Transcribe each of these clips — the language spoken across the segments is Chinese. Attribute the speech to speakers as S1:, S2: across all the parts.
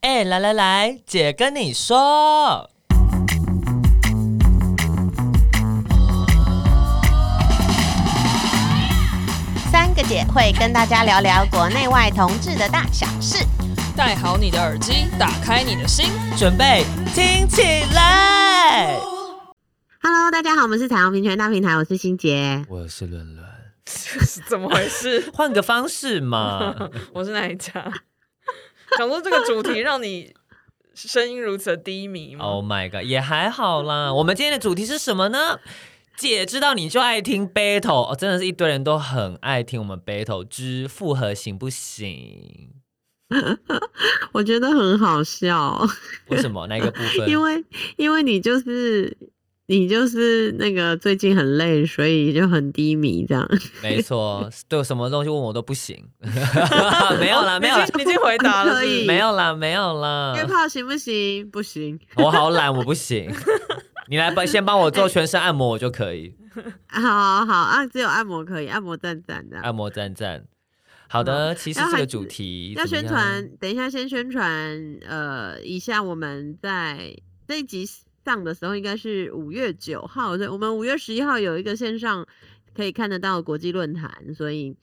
S1: 哎、来来来，姐跟你说，
S2: 三个姐会跟大家聊聊国内外同志的大小事。
S3: 戴好你的耳机，打开你的心。
S1: 准备听起来。
S2: Hello，大家好，我们是彩虹平权大平台，我是欣杰。
S1: 我是伦伦，
S3: 是怎么回事？
S1: 换个方式 嘛。
S3: 我是哪一家？想说这个主题让你声音如此的低迷吗
S1: oh my god，也还好啦。我们今天的主题是什么呢？姐知道你就爱听 battle，、哦、真的是一堆人都很爱听我们 battle 之复合行不行？
S2: 我觉得很好笑，
S1: 为什么？哪一个部分？
S2: 因为因为你就是你就是那个最近很累，所以就很低迷这样。
S1: 没错，对什么东西问我都不 行。 没有啦，没有啦
S3: 你已，经你已经回答 了
S2: 可以
S1: 没有啦，没有啦。
S2: 约炮行不行？不行。
S1: 我好懒，我不 行。你来帮先帮我做全身按摩，我就可以。
S2: 好好啊，只有按摩可以，按摩赞赞的。
S1: 按摩赞赞。好的，其实这个主题
S2: 要
S1: 怎么
S2: 宣
S1: 样
S2: 传，等一下先宣传，呃，一下我们在这一集上的时候应该是五月九号，对，我们五月十一号有一个线上可以看得到的国际论坛，所以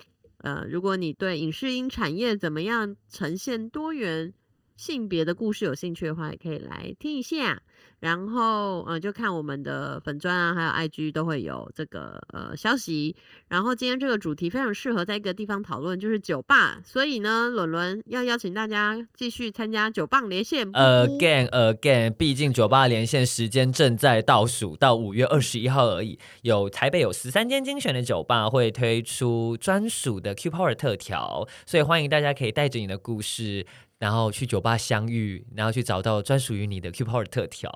S2: 呃，如果你对影视音产业怎么样呈现多元性别的故事有兴趣的话，也可以来听一下。然后，呃，就看我们的粉砖啊，还有 IG 都会有这个呃消息。然后今天这个主题非常适合在一个地方讨论，就是酒吧。所以呢，伦伦要邀请大家继续参加酒棒连线。不哭
S1: 呃 Again, again，毕竟酒吧连线时间正在倒数，到五月二十一号而已。有台北有十三间精选的酒吧会推出专属的 Q Power 特调，所以欢迎大家可以带着你的故事，然后去酒吧相遇，然后去找到专属于你的 Q Power 特调。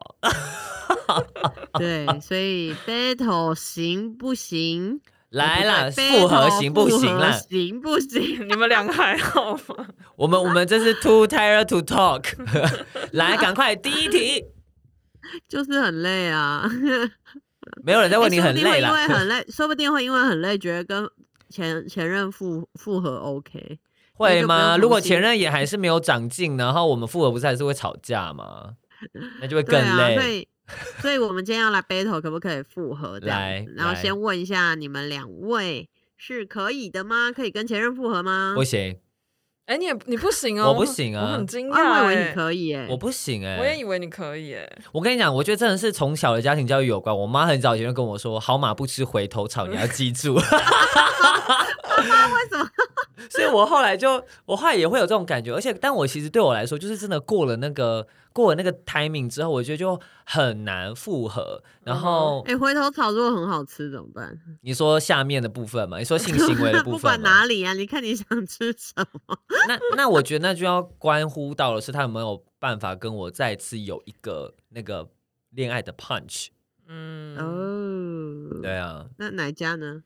S2: 对，所以 battle 行不行？
S1: 来啦，
S2: 不对
S1: 复合
S2: battle
S1: 行不行
S2: 复
S1: 啦
S2: 合？行不行？
S3: 你们两个还好吗？
S1: 我们我们这是 too tired to talk，来，赶快第一题，
S2: 就是很累啊。
S1: 没有人在哎问
S2: 欸
S1: 你很累
S2: 说不定会
S1: 啦。
S2: 因为很累，说不定会因为很累，觉得跟前前任复复合 OK。
S1: 会
S2: 那就不
S1: 吗？
S2: 用
S1: 如果
S2: 重新
S1: 前任也还是没有长进，然后我们复合不是还是会吵架吗？那就会
S2: 对
S1: 更
S2: 啊，所
S1: 累。
S2: 以所以我们今天要来 battle，可不可以复合这样
S1: 来
S2: 子？然后
S1: 来
S2: 先问一下你们两位是可以的吗？可以跟前任复合吗？
S1: 不行，
S3: 哎、你也你不行哦，
S1: 我不行啊
S3: 我很惊
S2: 啊，
S3: 讶、
S2: 我以
S3: 欸
S2: 为你可以诶、
S1: 我不行哎、
S3: 我也以为你可以、欸，
S1: 我跟你讲，我觉得真的是从小的家庭教育有关。我妈很早以前就跟我说，好马不吃回头草，你要记住。
S2: 为什么？
S1: 所以我后来就，我后来也会有这种感觉，而且，但我其实对我来说，就是真的过了那个过了那个 timing 之后，我觉得就很难复合。然后
S2: 哎、回头草如果很好吃怎么办？
S1: 你说下面的部分嘛，你说性 行为的部
S2: 不
S1: 分
S2: 管
S1: 嘛，
S2: 哪里啊，你看你想吃什 么？
S1: 那那我觉得那就要关乎到的是他有没有办法跟我再次有一个那个恋爱的 punch。
S3: 嗯。
S2: 哦，
S1: 对啊，
S2: 那哪一家呢？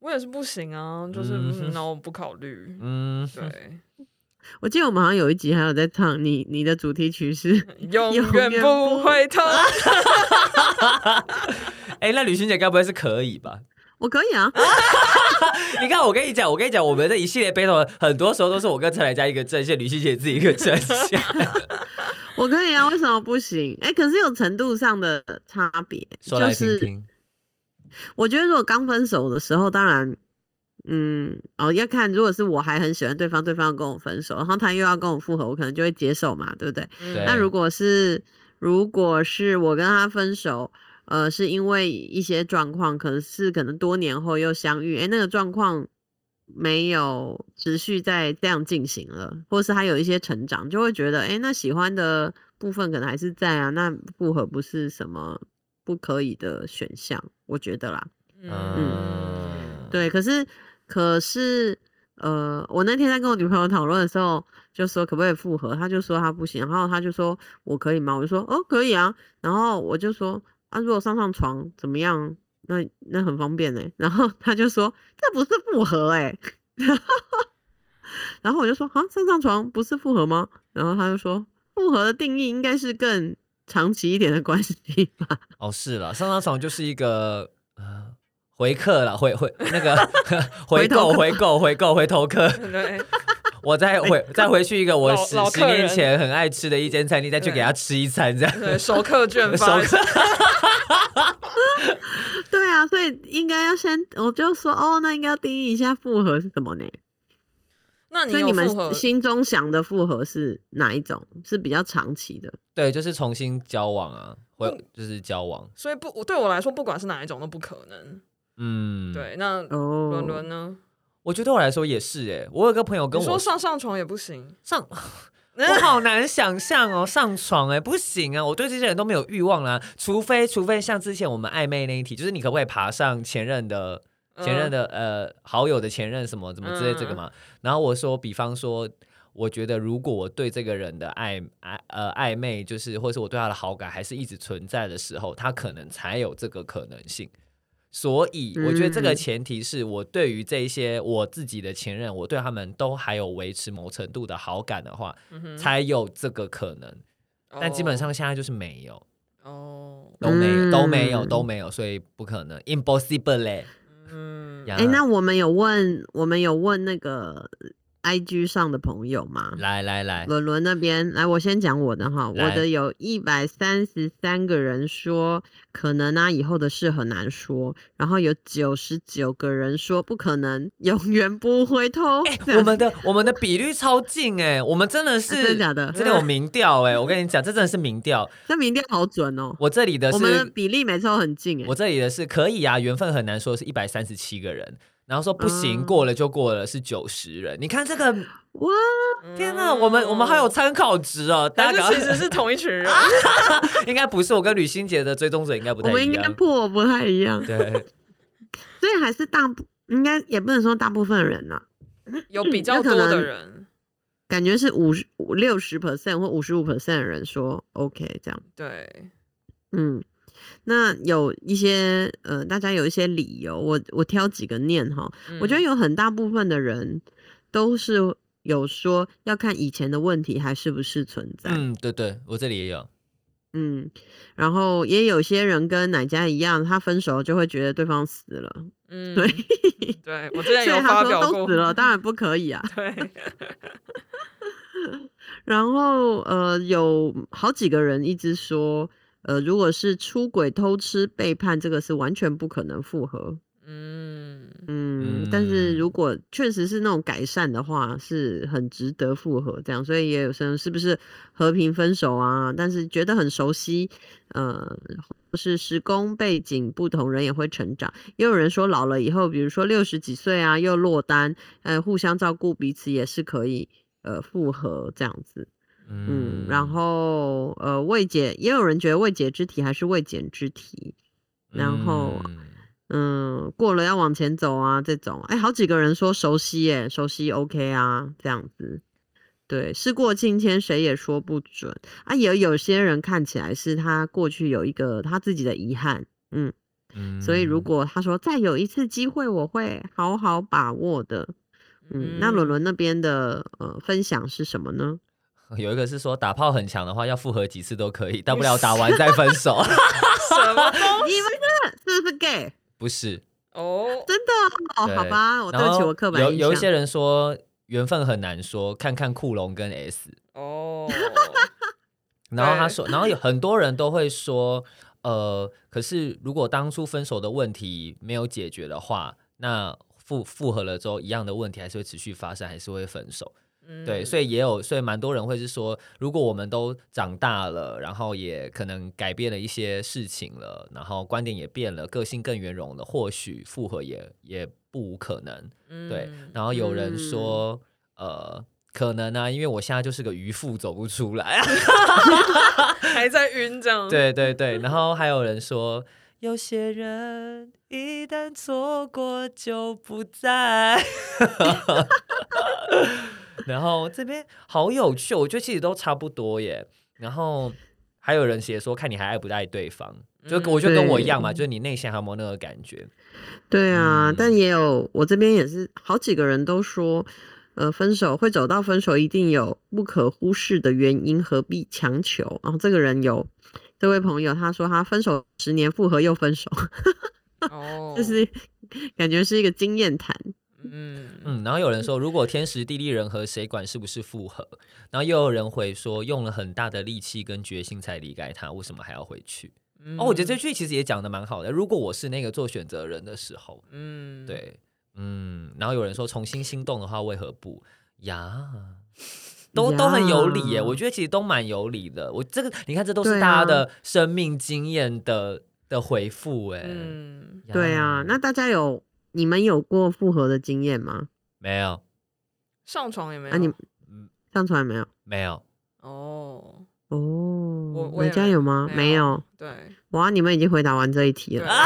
S3: 我也是不行啊，就是
S1: 嗯哼
S3: 嗯，那、我不考虑。
S1: 嗯，
S3: 对，
S2: 我记得我们好像有一集还有在唱你你的主题曲是
S3: 永
S2: 永
S3: 远
S2: 远
S3: 不
S2: 不
S3: 回头。
S1: 哎，那旅行姐该不会是可以吧？
S2: 我可以啊，
S1: 你看，我跟你讲，我跟你讲，我们这一系列 battle 很多时候都是我跟陈来加一个阵线，旅行姐自己一个阵线。
S2: 我可以啊，为什么不行？哎、可是有程度上的差别，
S1: 说来
S2: 就
S1: 听
S2: 是
S1: 听，
S2: 我觉得如果刚分手的时候，当然，嗯，哦，要看如果是我还很喜欢对方，对方要跟我分手，然后他又要跟我复合，我可能就会接受嘛，对不对？
S3: 嗯
S1: 对
S2: 那如果是如果是我跟他分手，呃，是因为一些状况，可能是可能多年后又相遇，诶，那个状况没有持续在这样进行了，或是他有一些成长，就会觉得，诶，那喜欢的部分可能还是在啊，那复合不是什么不可以的选项，我觉得啦。
S3: 嗯，
S1: 嗯，
S2: 对，可是可是呃，我那天在跟我女朋友讨论的时候，就说可不可以复合，她就说她不行，然后她就说我可以吗？我就说哦可以啊，然后我就说啊如果上上床怎么样？那那很方便呢、欸 然后她就说这不是复合哎、 然后我就说啊上上床不是复合吗？然后她就说复合的定义应该是更长期一点的关系吧。
S1: 哦是了，上上床就是一个呃回客了，回回那个回
S2: 回头
S1: 购
S2: 客
S1: 回购回购回头客，
S3: 对，
S1: 我再回再回去一个我
S3: 老
S1: 十
S3: 老
S1: 十
S3: 客
S1: 年
S3: 人
S1: 前很爱吃的一间餐厅，再去给他吃一餐这样。
S3: 对，熟客券
S1: 熟
S3: 发一下，
S1: 客
S2: 对啊，所以应该要先，我就说哦，那应该要定义一下复合是什么呢？
S3: 那你
S2: 所以
S3: 嗯有
S2: 你
S3: 复合
S2: 们心中想的复合是哪一种？是比较长期的？
S1: 对，就是重新交往啊，或就是交往。
S3: 所以不对我来说，不管是哪一种都不可能。
S1: 嗯，，
S3: 对，那
S2: 哦，
S3: 伦伦呢？
S1: 我觉得对我来说也是诶、我有个朋友跟
S3: 你
S1: 我
S3: 说上上床也不行，
S1: 上， 我好难想象哦，上床哎、不行啊，我对这些人都没有欲望啦，除非除非像之前我们暧昧那一题，就是你可不可以爬上前任的前任的、呃好友的前任什么怎么之类这个嘛，然后我说，比方说。我觉得，如果我对这个人的暧暧呃暧昧，就是或是我对他的好感还是一直存在的时候，他可能才有这个可能性。所以，我觉得这个
S2: 嗯
S1: 前提是我对于这一些我自己的前任，我对他们都还有维持某程度的好感的话，
S3: 嗯哼，
S1: 才有这个可能。但基本
S3: 哦
S1: 上现在就是没有，
S3: 哦，
S1: 都没有，都没有，
S2: 嗯
S1: 都没有，所以不可能，impossible 嘞。
S3: 嗯，
S1: 呀
S2: 哎、那我们有问，我们有问那个 I G 上的朋友吗？
S1: 来来来，
S2: 伦伦那边，来，我先讲我的哈，我
S1: 来
S2: 的有一百三十三个人说可能啊，以后的事很难说，然后有九十九个人说不可能，永远不回头。
S1: 哎、
S2: 这样
S1: 我们的我们的比率超近哎、我们真的是、
S2: 啊真的假的
S1: 真的有民调哎、我跟你讲，这真的是民调。
S2: 这民调好准哦，
S1: 我这里的
S2: 我们的
S1: 是，
S2: 比例每次都很近哎、
S1: 我这里的是可以啊，缘分很难说，是一百三十七个人。然后说不行，
S2: 嗯
S1: 过了就过了，是九十人。你看这个，
S2: 哇，
S1: 天啊，我们我们还有参考值哦。大
S3: 但
S1: 家
S3: 嗯是
S1: 搞
S3: 其实是同一群人，
S1: 应该不是，我跟吕欣杰的追踪者应该不
S2: 我
S1: 太
S2: 们
S1: 一
S2: 应该
S1: 样。
S2: 破不太一样，
S1: 对，
S2: 所以还是大部应该也不能说大部分人呐、
S3: 有比较
S2: 有可
S3: 多的
S2: 能
S3: 人，
S2: 感觉是五十五六十 percent 或五十五 percent 的人说 OK 这样。
S3: 对，
S2: 嗯，那有一些呃，大家有一些理由，我我挑几个念哈。我觉得
S3: 嗯
S2: 有很大部分的人都是有说要看以前的问题还是不是存在，嗯
S1: 嗯，对对，我这里也有。
S2: 然后也有些人跟奶家一样，他分手就会觉得对方死了，
S3: 嗯，
S2: 对，
S3: 对，我之前
S2: 所
S3: 有
S2: 以
S3: 发
S2: 他
S3: 表
S2: 说
S3: 过
S2: 都死，了，当然不可以啊。
S3: 对，
S2: 然后呃，有好几个人一直说，呃，如果是出轨、偷吃、背叛，这个是完全不可能复合。
S3: 嗯，
S2: 嗯，但是如果确实是那种改善的话，是很值得复合这样，所以也有些人是不是和平分手啊？但是觉得很熟悉，呃，或是时空背景不同，人也会成长。也有人说老了以后，比如说六十几岁啊，又落单，呃，互相照顾彼此也是可以呃复合这样子。嗯，然后呃未解，也有人觉得未解之题还是未解之题，然后
S1: 嗯
S2: 嗯，过了要往前走啊，这种，哎，好几个人说熟悉耶，熟悉 OK 啊，这样子，对，事过境迁，谁也说不准啊。也有些人看起来是他过去有一个他自己的遗憾，嗯，所以如
S1: 嗯
S2: 果他说再有一次机会，我会好好把握的， 嗯，那伦伦那边的呃分享是什么呢？
S1: 有一个是说打炮很强的话，要复合几次都可以，大不了打完再分手。
S3: 嗯什么都
S2: 你们这 是不是 gay？
S1: 不是，
S3: 哦，
S2: 真的 哦，好
S1: 对
S2: 吧，我对不
S1: 然
S2: 起
S1: 后
S2: 我刻板
S1: 有
S2: 印
S1: 有一
S2: 象
S1: 些人说缘分很难说，看看库龙跟 S。
S3: 哦，
S1: 然后他
S3: 对
S1: 说，然后 有很多人都会说，呃，可是如果当初分手的问题没有解决的话，那复复合了之后，一样的问题还是会持续发生，还是会分手。 对，所
S3: 以
S1: 以也有，所以蛮多人会是说，如果我们都长大了，然后也可能改变了一些事情了，然后观点也变了，个性更圆融了，或许复合也也不无可能。
S3: 嗯
S1: 对，然后有人说，呃，可能呢、因为我现在就是个渔夫，走不出来。啊
S3: 还在晕这样，，
S1: 对对对，然后还有人说，有些人一旦错过就不再。 然后这边好有趣哦，我觉得其实都差不多耶。然后还有人写说，看你还爱不爱对方，就
S3: 嗯
S1: 我就跟我一样嘛，
S2: 对
S1: 就是你内心还有没有那个感觉？
S2: 对啊，但
S1: 嗯
S2: 也有我这边也是好几个人都说，呃，分手会走到分手，一定有不可忽视的原因，何必强求？然后这个人有这位朋友，他说他分手十年，复合又分手，
S3: 哦，
S2: 就是感觉是一个经验谈。
S3: 嗯，
S1: 嗯，然后有人说，如果天时地利人和，谁管是不是复合？然后又有人回说，用了很大的力气跟决心才离开他，为什么还要回去？
S3: 嗯
S1: 哦，我觉得
S2: 嗯
S1: 这句其实也讲的蛮好的。如果我是那个做选择人的时候，
S3: 嗯，
S1: 对，嗯，然后有人说重新心动的话为何不呀？都都很有理耶，
S2: 呀
S1: 我觉得其实都蛮有理的。我这个你看，这都是
S2: 对
S1: 大家
S2: 啊
S1: 的生命经验的的回复哎。
S3: 嗯，
S1: 呀
S2: 对啊，那大家有你们有过复合的经验吗？
S1: 没有
S3: 上床也没有。
S2: 啊你
S1: 嗯
S2: 上传没有？
S1: 没有，
S3: 哦，
S2: 哦，
S3: 我我
S2: 美
S3: 也
S2: 嘉
S3: 没
S2: 有吗？没有。，
S3: 对，
S2: 哇，你们已经回答完这一题
S3: 对
S2: 了。
S3: 啊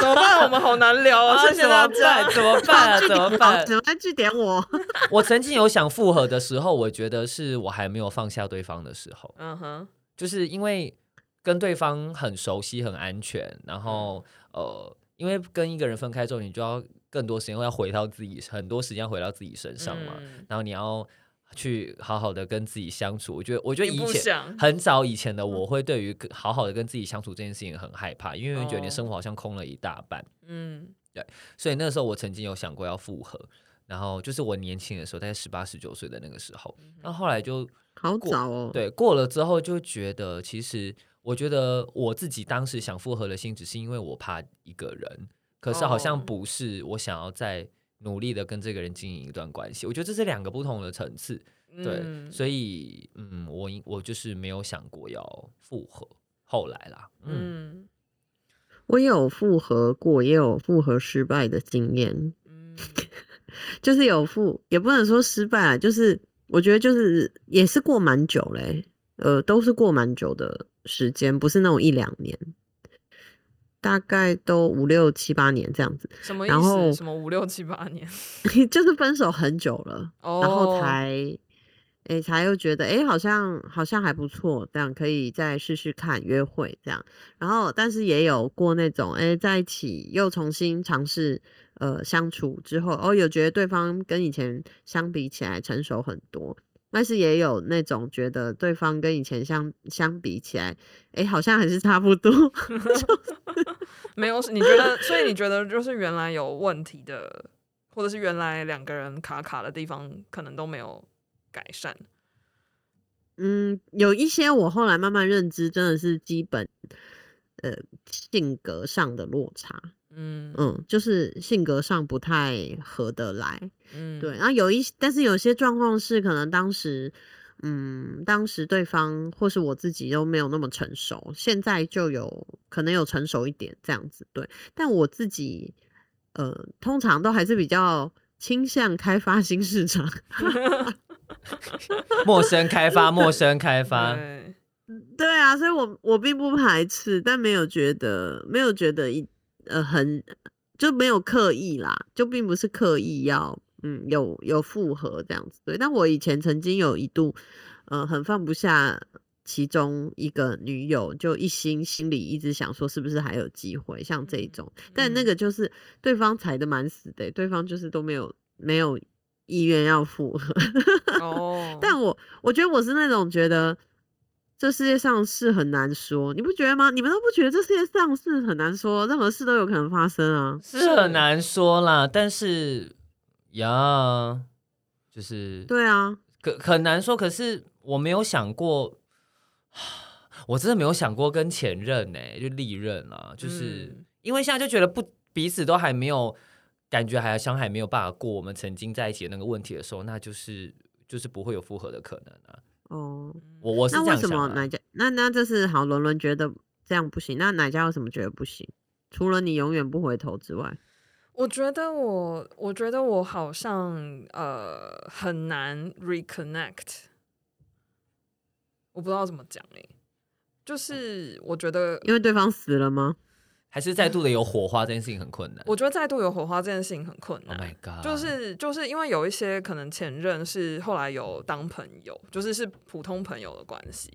S3: 怎么办？我们好难聊
S1: 啊
S3: 哦，谢谢大家。
S1: 怎么办 啊？
S2: 据
S1: 怎么
S2: 点
S1: 办
S2: 我？怎么据点我？
S1: 我曾经有想复合的时候，我觉得是我还没有放下对方的时候，
S3: 嗯哼，
S1: 就是因为跟对方很熟悉、很安全，然后呃，因为跟一个人分开之后，你就要更多时间要回到自己，很多时间要回到自己身上嘛，
S3: 嗯
S1: 然后你要去好好的跟自己相处。我觉得，我觉得
S3: 你
S1: 以
S3: 不
S1: 前。
S3: 想，嗯
S1: 很早以前的我会对于跟好好的跟自己相处这件事情很害怕，因为觉得你
S3: 哦
S1: 生活好像空了一大半。
S3: 嗯
S1: 所以那时候我曾经有想过要复合，然后就是我年轻的时候，大概十八十九岁的那个时候，
S3: 嗯
S1: 那后来就
S2: 好
S1: 过
S2: 早哦。
S1: 对过了之后就觉得，其实我觉得我自己当时想复合的心，只是因为我怕一个人，可是好像
S3: 哦
S1: 不是我想要再努力的跟这个人经营一段关系，我觉得这是两个不同的层次，对，
S3: 嗯
S1: 所以嗯，我应我就是没有想过要复合，后来啦，嗯
S3: 嗯
S2: 我也有复合过，也有复合失败的经验，
S3: 嗯
S2: 就是有复，也不能说失败啊，就是我觉得就是也是过蛮久嘞、呃，都是过蛮久的时间，不是那种一两年，大概都五六七八年这样子，
S3: 什么意
S2: 然后
S3: 思？什么五六七八年？
S2: 就是分手很久了，
S3: 哦，
S2: 然后才，诶、才又觉得，诶、好像好像还不错，这样可以再试试看约会这样。然后，但是也有过那种，诶、在一起又重新尝试，呃，相处之后，哦，有觉得对方跟以前相比起来成熟很多，但是也有那种觉得对方跟以前相相比起来，诶、好像还是差不多。
S3: 没有，你觉得，所以你觉得就是原来有问题的，或者是原来两个人卡卡的地方，可能都没有改善。
S2: 嗯，有一些我后来慢慢认知，真的是基本，呃，性格上的落差，
S3: 嗯
S2: 嗯，就是性格上不太合得来，
S3: 嗯，
S2: 对。然 后有一，但是有些状况是可能当时，嗯，当时对方或是我自己都没有那么成熟，现在就有可能有成熟一点这样子，对。但我自己，呃，通常都还是比较倾向开发新市场，
S1: 陌生开发，陌生 开发，
S3: 对，
S2: 对啊，所以我我并不排斥，但没有觉得没有觉得一呃很就没有刻意啦，就并不是刻意要嗯有有复合这样子。对，但我以前曾经有一度呃很放不下其中一个女友，就一心心里一直想说是不是还有机会，像这
S3: 嗯
S2: 种，但那
S3: 嗯
S2: 个就是对方踩的蛮死的欸、对方就是都没有没有意愿要复合。
S3: 哦，
S2: 但我我觉得我是那种觉得这世界上事很难说，你不觉得吗？你们都不觉得这世界上事很难说，任何事都有可能发生啊？
S1: 是很难说啦，但是呀，就是
S2: 对啊，
S1: 可很难说。可是我没有想过，我真的没有想过跟前任呢、欸就历任啊，就是、
S3: 嗯
S1: 因为现在就觉得不彼此都还没有感觉，还伤害没有办法过我们曾经在一起的那个问题的时候，那就是就是不会有复合的可能啊。
S2: 哦，
S3: 嗯
S1: 我我是
S2: 那
S1: 这
S2: 为
S1: 样
S2: 什
S1: 想
S2: 么
S1: 啊
S2: 奶家？那那这是好伦伦觉得这样不行，那奶家为什么觉得不行？除了你永远不回头之外，
S3: 我觉得我，我觉得我好像呃很难 reconnect，我不知道怎么讲诶、就是我觉得
S2: 因为对方死了吗？
S1: 还是再度的有火花这件事情很困难。
S3: 我觉得再度有火花这件事情很困
S1: Oh
S3: 难。
S1: my
S2: 啊
S1: god，
S3: 就是就是因为有一些可能前任是后来有当朋友，就是是普通朋友的关系。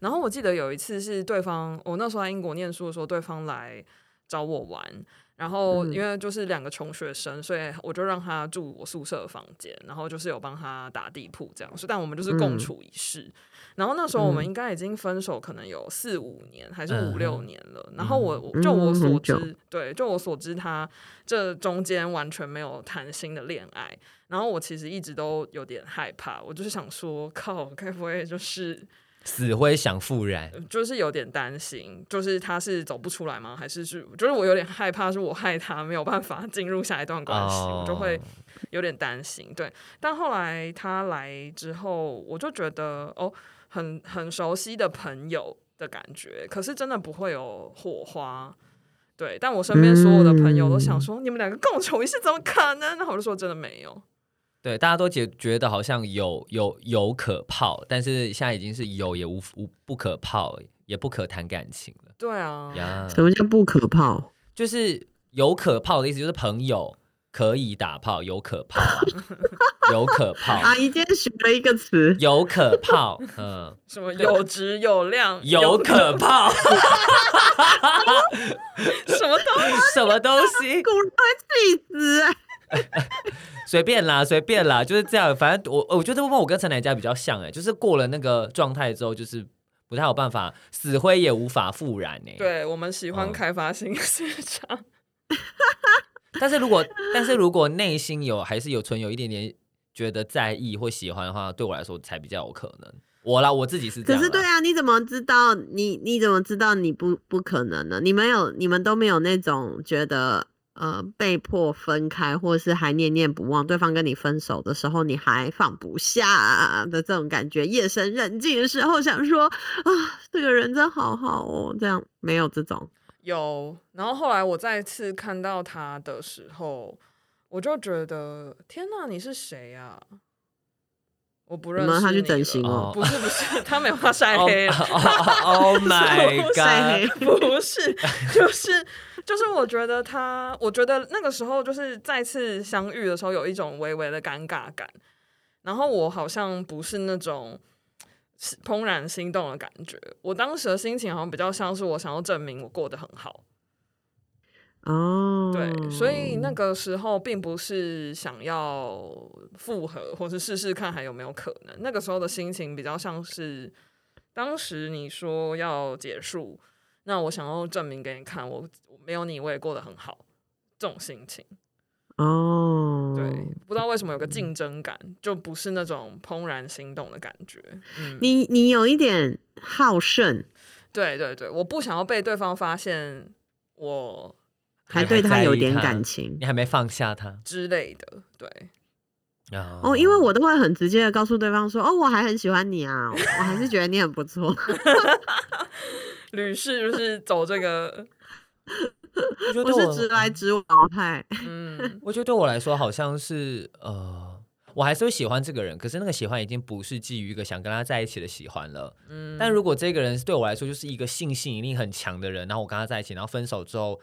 S3: 然后我记得有一次是对方，我那时候在英国念书的时候，对方来找我玩，然后
S2: 嗯
S3: 因为就是两个穷学生，所以我就让他住我宿舍的房间，然后就是有帮他打地铺这样，所以但我们就是共
S2: 嗯
S3: 处一室。然后那时候我们
S2: 嗯
S3: 应该已经分手，可能有四五年还是五
S1: 嗯
S3: 六
S1: 哼
S3: 年了。然后我
S2: 嗯
S3: 就我所知，
S2: 很久
S3: 对，就我所知，他这中间完全没有谈新的恋爱。然后我其实一直都有点害怕，我就是想说，靠，该不会就是
S1: 死灰想复燃，
S3: 就是有点担心，就是他是走不出来吗？还是是就是我有点害怕，是我害他没有办法 进入下一段关系，我就会
S1: 哦
S3: 有点担心。对，但后来他来之后，我就觉得哦，很很熟悉的朋友的感觉，可是真的不会有火花。对，但我身边所有的朋友都想
S1: 嗯
S3: 说，你们两个共处一室怎么可能？然后我就说真的没有。
S1: 对，大家都觉觉得好像有有有可泡，但是现在已经是有也无无不可泡，也不可谈感情了
S3: 对啊，
S1: 呀。
S2: 什么叫不可泡？
S1: 就是有可泡的意思，就是朋友可以打炮，有可泡 啊，有可泡，
S2: 阿姨今天学了一个词，
S1: 有可泡，嗯，
S3: 什么有质有量，
S1: 有可泡，
S3: 什么东西？
S1: 什么东西？
S2: 古人会气死、欸。
S1: 随便啦，随便啦，就是这样。反正我我觉得问我跟陈乃佳比较像哎、就是过了那个状态之后，就是不太有办法，死灰也无法复燃哎、，
S3: 对我们喜欢
S1: 嗯
S3: 开发新 市场，
S1: 但是如果但是如果内心有还是有存有一点点觉得在意或喜欢的话，对我来说才比较有可能。我啦，我自己是这
S2: 可
S1: 样啦。
S2: 是对啊，你怎么知道你你怎么知道你不不可能呢？你没有你们都没有那种觉得呃被迫分开，或是还念念不忘对方跟你分手的时候，你还放不下的这种感觉。夜深人静的时候，想说啊，这个人真好好哦，这样没有这种。
S3: 有。然后后来我再次看到他的时候，我就觉得天哪，你是谁啊？我不认
S2: 怎么
S3: 识
S2: 他去
S3: 你
S2: 整
S3: 了
S2: 形
S1: 哦
S3: 不是不是，他没有他晒
S1: 哦
S3: 黑 了。
S1: 哦 oh
S3: 晒
S1: my
S3: 黑
S1: god！
S3: 不是，就是就是，我觉得他，我觉得那个时候就是再次相遇的时候，有一种微微的尴尬感。然后我好像不是那种是怦然心动的感觉，我当时的心情好像比较像是我想要证明我过得很好，
S2: 哦，
S3: 对，所以
S1: 嗯
S3: 那个时候并不是想要复合或是试试看还有没有可能，那个时候的心情比较像是，当时你说要结束，那我想要证明给你看，我我没有你我也过得很好，这种心情，
S2: 哦，
S3: 对，
S1: 嗯
S3: 不知道为什么有个竞争感，就不是那种怦然心动的感觉，嗯，
S2: 你你有一点好胜，
S3: 对对对，我不想要被对方发现我
S2: 还
S1: 还
S2: 对
S1: 在
S2: 他有
S1: 意
S2: 点
S1: 他
S2: 感情
S1: 你还没放下他
S3: 之类的，对，
S1: 哦
S2: 哦，因为我都会很直接的告诉对方说，哦，我还很喜欢你啊，我还是觉得你很不错。
S3: 屡试就是走这个。
S1: 我觉得
S2: 我
S1: 对
S2: 是
S1: 我
S2: 直来直往派，
S3: 嗯，
S1: 我觉得对我来说好像是呃，我还是会喜欢这个人，可是那个喜欢已经不是基于一个想跟他在一起的喜欢了。
S3: 嗯。
S1: 但如果这个人是对我来说就是一个性吸引力很强的人，然后我跟他在一起，然后分手之后，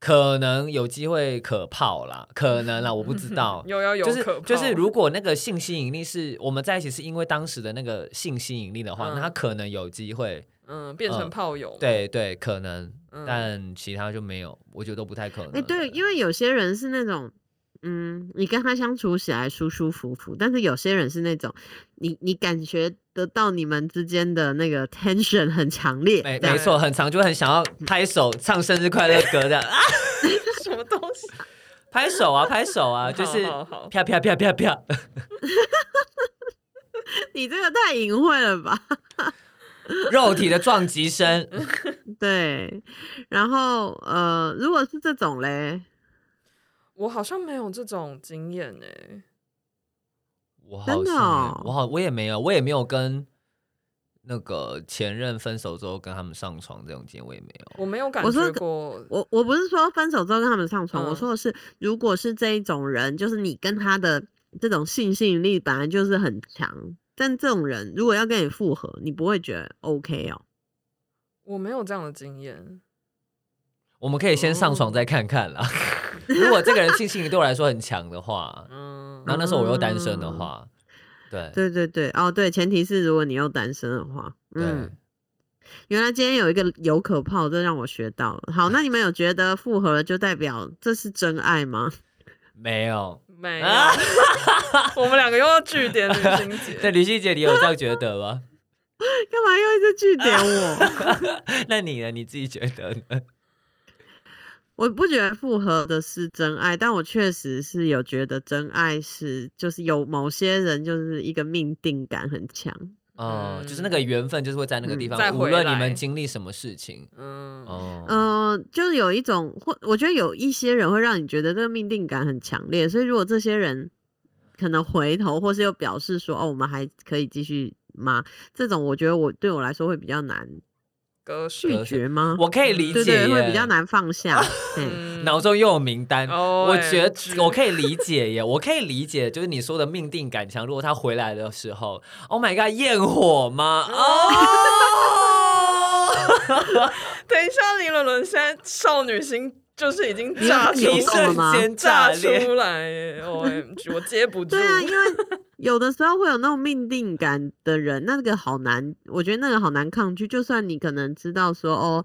S1: 可能有机会可泡啦，可能啦，我不知道
S3: 嗯有 有有
S1: 就是
S3: 可
S1: 就是，
S3: 怕
S1: 如果那个性吸引力是我们在一起是因为当时的那个性吸引力的话，
S3: 嗯
S1: 那他可能有机会，
S3: 嗯变成
S1: 嗯
S3: 炮友嘛，
S1: 对对，可能，
S3: 嗯
S1: 但其他就没有，我觉得都不太可能。
S2: 哎、对，因为有些人是那种，嗯，你跟他相处起来舒舒服服，但是有些人是那种，你你感觉得到你们之间的那个 tension 很强烈，
S1: 没
S2: 这样
S1: 没错，很长就会很想要
S2: 嗯
S1: 拍手唱生日快乐歌的啊，
S3: 什么东西
S1: 拍手啊拍手
S3: 呃
S1: 啊，就是
S3: 好好好
S1: 啪啪啪啪啪。
S2: 你这个太隐晦了吧？
S1: 肉体的撞击 声，
S2: 对，然后呃，如果是这种嘞，
S3: 我好像没有这种经验欸诶、
S1: 我
S2: 真
S1: 好
S2: 的
S1: 像、
S2: 哦
S1: 我好我也没有，我也没有跟那个前任分手之后跟他们上床这种经验，我也没有。
S3: 我没有感
S2: 我说
S3: 觉过。
S2: 我我不是说分手之后跟他们上床，
S3: 嗯
S2: 我说的是，如果是这一种人，就是你跟他的这种性吸引力本来就是很强，但这种人如果要跟你复合，你不会觉得 OK 哦。
S3: 我没有这样的经验，
S1: 我们可以先上
S2: 哦
S1: 床再看看啦。 如果这个人性吸引力对我来说很强的话，
S3: 嗯，
S1: 然后那时候我又单身的
S2: 嗯
S1: 话，对
S2: 对对对，哦对，前提是如果你又单身的话，
S1: 对
S2: 嗯，，原来今天有一个有可泡，这让我学到了。好，那你们有觉得复合了就代表这是真爱吗？
S1: 没有。
S3: 没有，
S1: 啊
S3: 我们两个又要据点旅行
S1: 在
S3: 节。
S1: 吕希姐，你有这样觉得吗？
S2: 干嘛又一直据点我？
S1: 那你呢？你自己觉得 呢？
S2: 嗯我不觉得复合的是真爱，但我确实是有觉得真爱是，就是有某些人就是一个命定感很强。
S1: 哦、就是
S3: 嗯
S1: 那个缘分，就是会在那个地
S2: 嗯
S1: 方，
S3: 再
S1: 无
S3: 回
S1: 论
S3: 来
S1: 你们经历什么事情，
S3: 嗯，
S1: 哦，
S2: 嗯、就是有一种或我觉得有一些人会让你觉得这个命定感很强烈，所以如果这些人可能回头或是又表示说哦，我们还可以继续吗？这种我觉得我对我来说会比较难
S3: 歌手
S1: 是
S2: 拒绝吗？
S1: 我可以理
S2: 对
S1: 解耶，
S2: 对，会比较难 放下。对，
S3: 嗯
S1: 脑中又有名单，
S3: 哦
S1: 我
S3: 哎
S1: 觉
S3: 是
S1: 得我可以理解 耶，我可以理解，就是你说的命定感强。如果他回来的时候，Oh my god，焰火吗？
S3: 嗯
S1: 哦，
S3: 等一下，林伦伦现在少女心就是已经炸
S2: 你有
S1: 一
S3: 出
S2: 动了
S1: 瞬
S2: 吗
S1: 间炸
S3: 炸
S1: 裂。
S3: 出来耶，OMG，我接不住。
S2: 对啊，因为有的时候会有那种命定感的人，那个好难，我觉得那个好难抗拒。就算你可能知道说哦。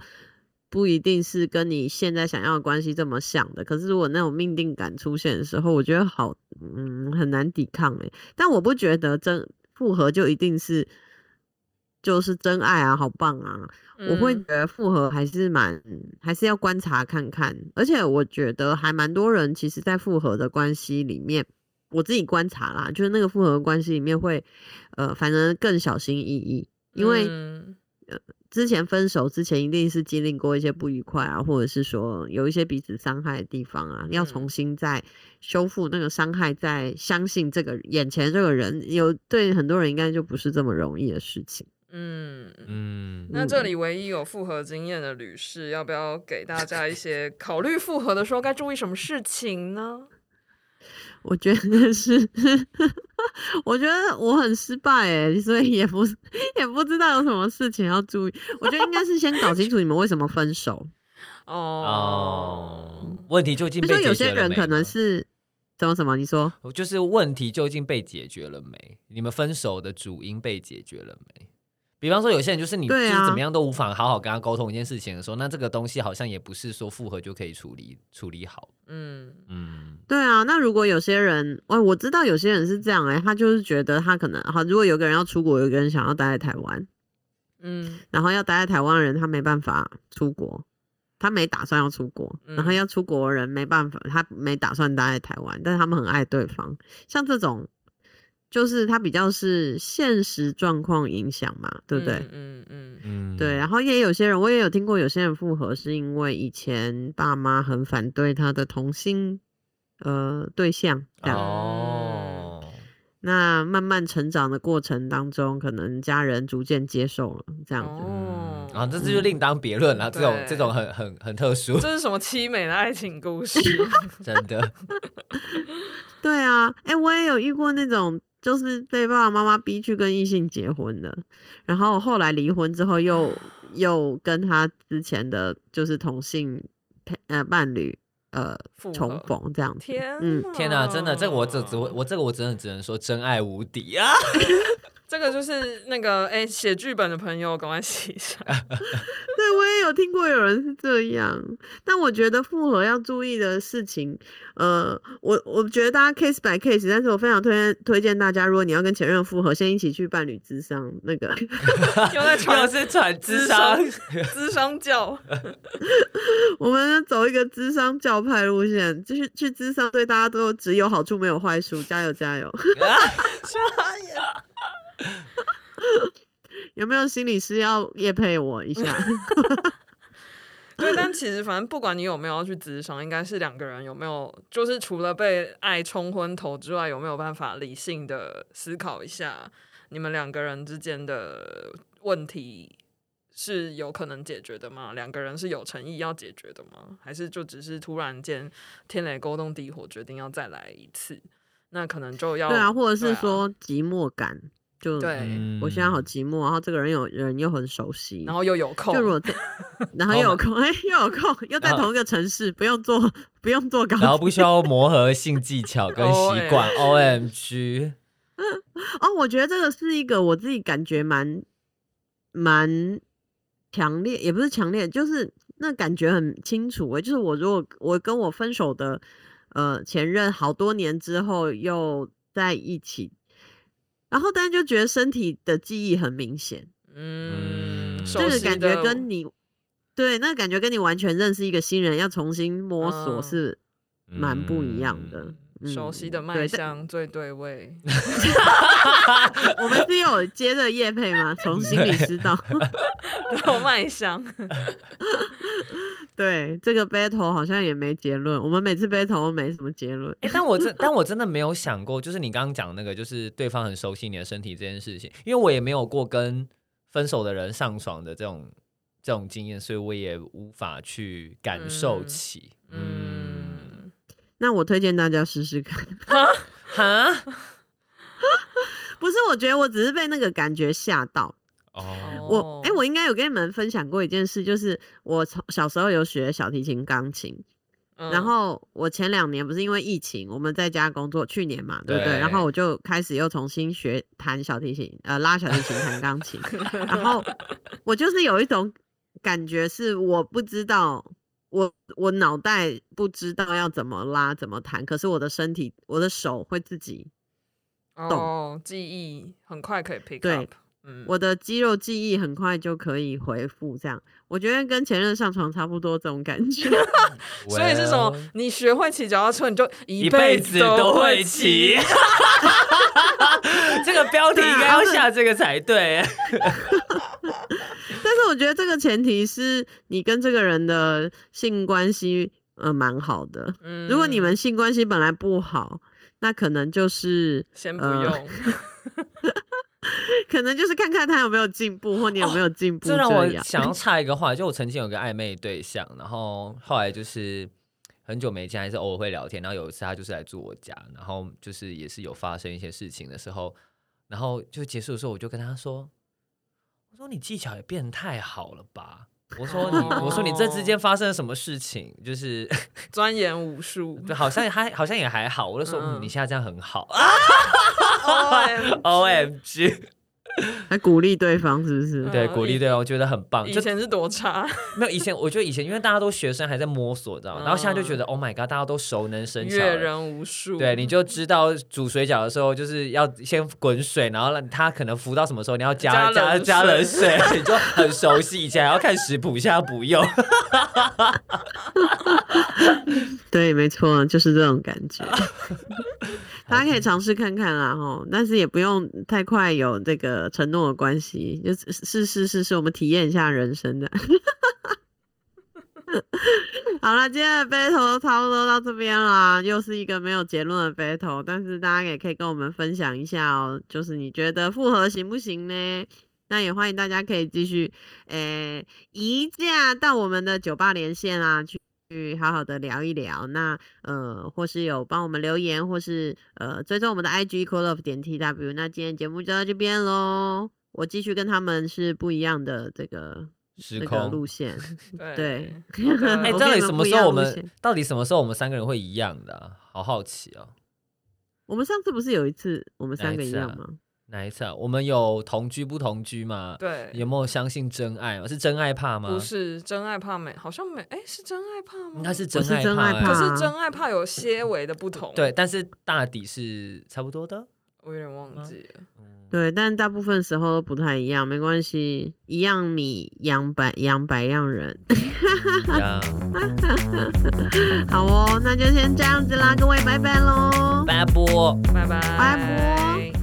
S2: 不一定是跟你现在想要的关系这么像的，可是如果那种命定感出现的时候，我觉得好，嗯，很难抵抗诶、但我不觉得真复合就一定是就是真爱啊，好棒啊，我会觉
S3: 嗯
S2: 得复合还是蛮，还是要观察看看。而且我觉得还蛮多人，其实在复合的关系里面，我自己观察啦，就是那个复合的关系里面会，呃，反正更小心翼翼，因为
S3: 嗯
S2: 之前分手之前一定是经历过一些不愉快啊，或者是说有一些彼此伤害的地方啊，要重
S3: 嗯
S2: 新再修复那个伤害，再相信这个眼前这个人，有对很多人应该就不是这么容易的事情。
S3: 嗯。
S1: 嗯，
S3: 那这里唯一有复合经验的女士，要不要给大家一些考虑复合的时候该注意什么事情呢？
S2: 我觉得是， 我觉得我很失败哎，所以也不是也不知道有什么事情要注意。我觉得应该是先搞清楚你们为什么分手。
S1: 哦
S3: 哦，，
S1: 问题究竟
S2: 比
S1: 被
S2: 如说
S1: 解
S2: 有
S1: 决
S2: 些
S1: 了
S2: 人
S1: 没
S2: 可能
S1: 呢
S2: 是怎么什么？你说
S1: 就是问题究竟被解决了没？你们分手的主因被解决了没？比方说，有些人就是你、
S2: 对啊
S1: 就是怎么样都无法好好跟他沟通一件事情的时候，那这个东西好像也不是说复合就可以处理处理好。
S3: 嗯
S1: 嗯，
S2: 对啊，那如果有些人，哎，我知道有些人是这样哎，他就是觉得他可能好，如果有个人要出国，有个人想要待在台湾，
S3: 嗯
S2: 然后要待在台湾的人，他没办法出国，他没打算要出国，然后
S3: 嗯
S2: 要出国的人没办法，他没打算待在台湾，但是他们很爱对方。像这种，就是他比较是现实状况影响嘛，对不对？
S3: 嗯嗯嗯
S1: 嗯
S2: 对，然后也有些人，我也有听过，有些人复合是因为以前爸妈很反对他的同性呃对象，这样。
S1: 哦，
S2: 那慢慢成长的过程当中，可能家人逐渐接受了这样子。
S3: 哦
S1: 嗯，啊，这就另当别论了。这种
S3: 对
S1: 这种很很很特殊，
S3: 这是什么凄美的爱情 故事？
S1: 真的。
S2: 对啊，哎、我也有遇过那种，就是被爸爸妈妈逼去跟异性结婚的，然后后来离婚之后又
S3: 啊
S2: 又跟他之前的就是同性配呃伴侣呃
S3: 复
S2: 重
S3: 合
S2: 逢这样子。
S3: 天
S2: 嗯
S3: 哪，
S1: 天哪、真的，这个我只只会我这个我真的只能说真爱无敌啊！
S3: 这个就是那个哎，写剧本的朋友赶快写 一下。
S2: 对，我也有听过有人是这样，但我觉得复合要注意的事情，呃，我我觉得大家 case by case，但是我非常推荐推荐大家，如果你要跟前任复合，先一起去伴侣之上那个
S3: 又在传
S1: 又是传智
S3: 智
S1: 商
S3: 商，智商教，
S2: 我们走一个智商教派路线，就是去智商对大家都只有好处没有坏处，加油加油！
S3: 傻眼
S2: 有没有心理师要夜配我一下？
S3: 对，但其实反正不管你有没有要去咨商，应该是两个人有没有，就是除了被爱冲昏头之外，有没有办法理性的思考一下你们两个人之间的问题是有可能解决的吗？两个人是有诚意要解决的吗？还是就只是突然间天雷勾动地火，决定要再来一次？那可能就要
S2: 对啊，或者
S3: 对
S2: 是说寂寞感，就
S3: 对，
S1: 嗯
S2: 我现在好寂寞，然后这个人有人又很熟悉，
S3: 然后又有空
S2: 就，如果在，然后
S1: 然
S2: 又
S1: 后
S2: 有空， 哎、又有空，又在
S1: 然后
S2: 同一个城市，不用坐， 不用坐高
S1: 然后
S2: 铁。
S1: 不需要磨合性技巧跟习惯，OMG，
S2: 哦，我觉得这个是一个我自己感觉蛮蛮强烈，也不是强烈，就是那感觉很清楚、欸。就是我如果我跟我分手的呃前任好多年之后又在一起，然后但是就觉得身体的记忆很明显，
S3: 嗯，
S1: 嗯
S3: 熟
S2: 这个
S3: 悉
S2: 感
S3: 的
S2: 觉跟你对那个感觉跟你完全认识一个新人要重新摸索
S3: 嗯
S2: 是蛮不一样的。
S1: 嗯
S2: 嗯
S3: 熟悉的
S2: 对
S3: 卖
S2: 但
S3: 相最对味。
S2: 我们是有接着叶配吗？ 从心里知 道，
S3: 肉麦香，
S2: 对这个 battle 好像也没结论。我们每次 battle 都没什么结论。
S1: 欸但我真但我真的没有想过，就是你刚刚讲那个，就是对方很熟悉你的身体这件事情，因为我也没有过跟分手的人上床的这种这种经验，所以我也无法去感受
S3: 嗯
S1: 起。嗯，
S3: 嗯，
S2: 那我推荐大家试试看。
S1: 哈、
S2: 不是，我觉得我只是被那个感觉吓到。
S1: 哦，
S2: 我哎、
S3: 哦
S2: 我应该有跟你们分享过一件事，就是我从小时候有学小提琴、钢琴，然
S3: 嗯
S2: 后我前两年不是因为疫情，我们在家工作，去年嘛，对不对？然
S1: 对
S2: 后我就开始又重新学弹小提琴，呃，拉小提琴、弹钢琴，然后我就是有一种感觉，是我不知道。我我脑袋不知道要怎么拉怎么弹，可是我的身体我的手会自己，
S3: 哦，记忆很快可以 pick
S2: 对
S3: up，嗯，
S2: 我的肌肉记忆很快就可以恢复。这样，我觉得跟前任上床差不多这种感觉。
S3: 所以是什么
S1: Well，？
S3: 你学会骑脚踏车，你就
S1: 一
S3: 一
S1: 辈子
S3: 子
S1: 都
S3: 会
S1: 会骑。。 这个标题应该要下这个才对。
S2: 但是我觉得这个前提是你跟这个人的性关系呃蛮好的。
S3: 嗯
S2: 如果你们性关系本来不好，那可能就是
S3: 先不
S2: 呃
S3: 用，
S2: 可能就是看看他有没有进步，或你有没有进步
S1: 这让我
S2: 样。
S1: 想要插一个话，就我曾经有个暧昧对象，然后后来就是很久没见，还是偶尔会聊天。然后有一次他就是来住我家，然后就是也是有发生一些事情的时候，然后就结束的时候，我就跟他说：“我说你技巧也变太好了吧。”我说你，我说你这之间发生了什么事情？就是，。
S3: 钻研武术
S1: 好像还好像也还好。我就说，嗯，
S3: 嗯
S1: 你现在这样很好。
S3: OM
S1: 哦 O M G，
S2: 还鼓励对方是不是？
S3: 嗯
S1: 对，鼓励对方，我觉得很棒。
S3: 以
S1: 就
S3: 前是多差，
S1: 没有以前，我觉得以前因为大家都学生还在摸索，知道吗？然后现在就觉得 Oh my God，大家都熟能生巧
S3: 阅
S1: 了。
S3: 人无数。
S1: 欸对，你就知道煮水饺的时候就是要先滚水，然后让它可能浮到什么时候，你要加
S3: 加
S1: 加
S3: 冷
S1: 加冷
S3: 水
S1: 水，你就很熟悉。以前还要看食谱，现在不 用。
S2: 对，没错，就是这种感觉。大家可以尝试看看啦，吼，但是也不用太快有这个承诺的关系，就是是是是是，我们体验一下人生的。 好了，今天的 battle 都差不多到这边啦，又是一个没有结论的 battle，但是大家也可以跟我们分享一下哦，就是你觉得复合行不行呢？那也欢迎大家可以继续，诶、移驾到我们的酒吧连线啊，去去好好的聊一聊。那呃，或是有帮我们留言，或是呃追踪我们的 IG c o l l o f 点 tw。那今天节目就到这边喽，我继续跟他们是不一样的这个
S1: 时
S2: 这个路
S1: 空，
S2: 线。
S3: 对
S2: 对，
S1: 哎，
S3: 哎
S2: 我
S1: 到底
S2: 跟你
S1: 什
S2: 们
S1: 么
S2: 不一
S1: 时候
S2: 样
S1: 我
S2: 路
S1: 们
S2: 线
S1: 到底什么时候我们三个人会一样的啊？好好奇哦。
S2: 我们上次不是有一次我们
S1: 哪
S2: 三
S1: 一
S2: 个一
S1: 次
S2: 样
S1: 啊
S2: 吗？
S1: 哪一次啊？我们有同居不同居吗？
S3: 对，
S1: 有没有相信真爱吗？是真爱怕吗？
S3: 不是真爱怕美，好像没，哎，是真爱怕吗？
S1: 应该是
S2: 我
S1: 真
S2: 是
S1: 爱
S2: 真爱
S1: 怕欸。
S3: 可
S2: 怕
S3: 是真爱怕有些微的不同。
S1: 对，，但是大抵是差不多的。嗯
S3: 我有点忘记了。
S2: 对，但大部分时候都不太一样，没关系，一样米养百养百样人。
S1: 一样，
S2: 好哦，那就先这样子啦，各位拜拜喽。
S1: 拜拜。
S3: 拜拜，
S2: 拜拜。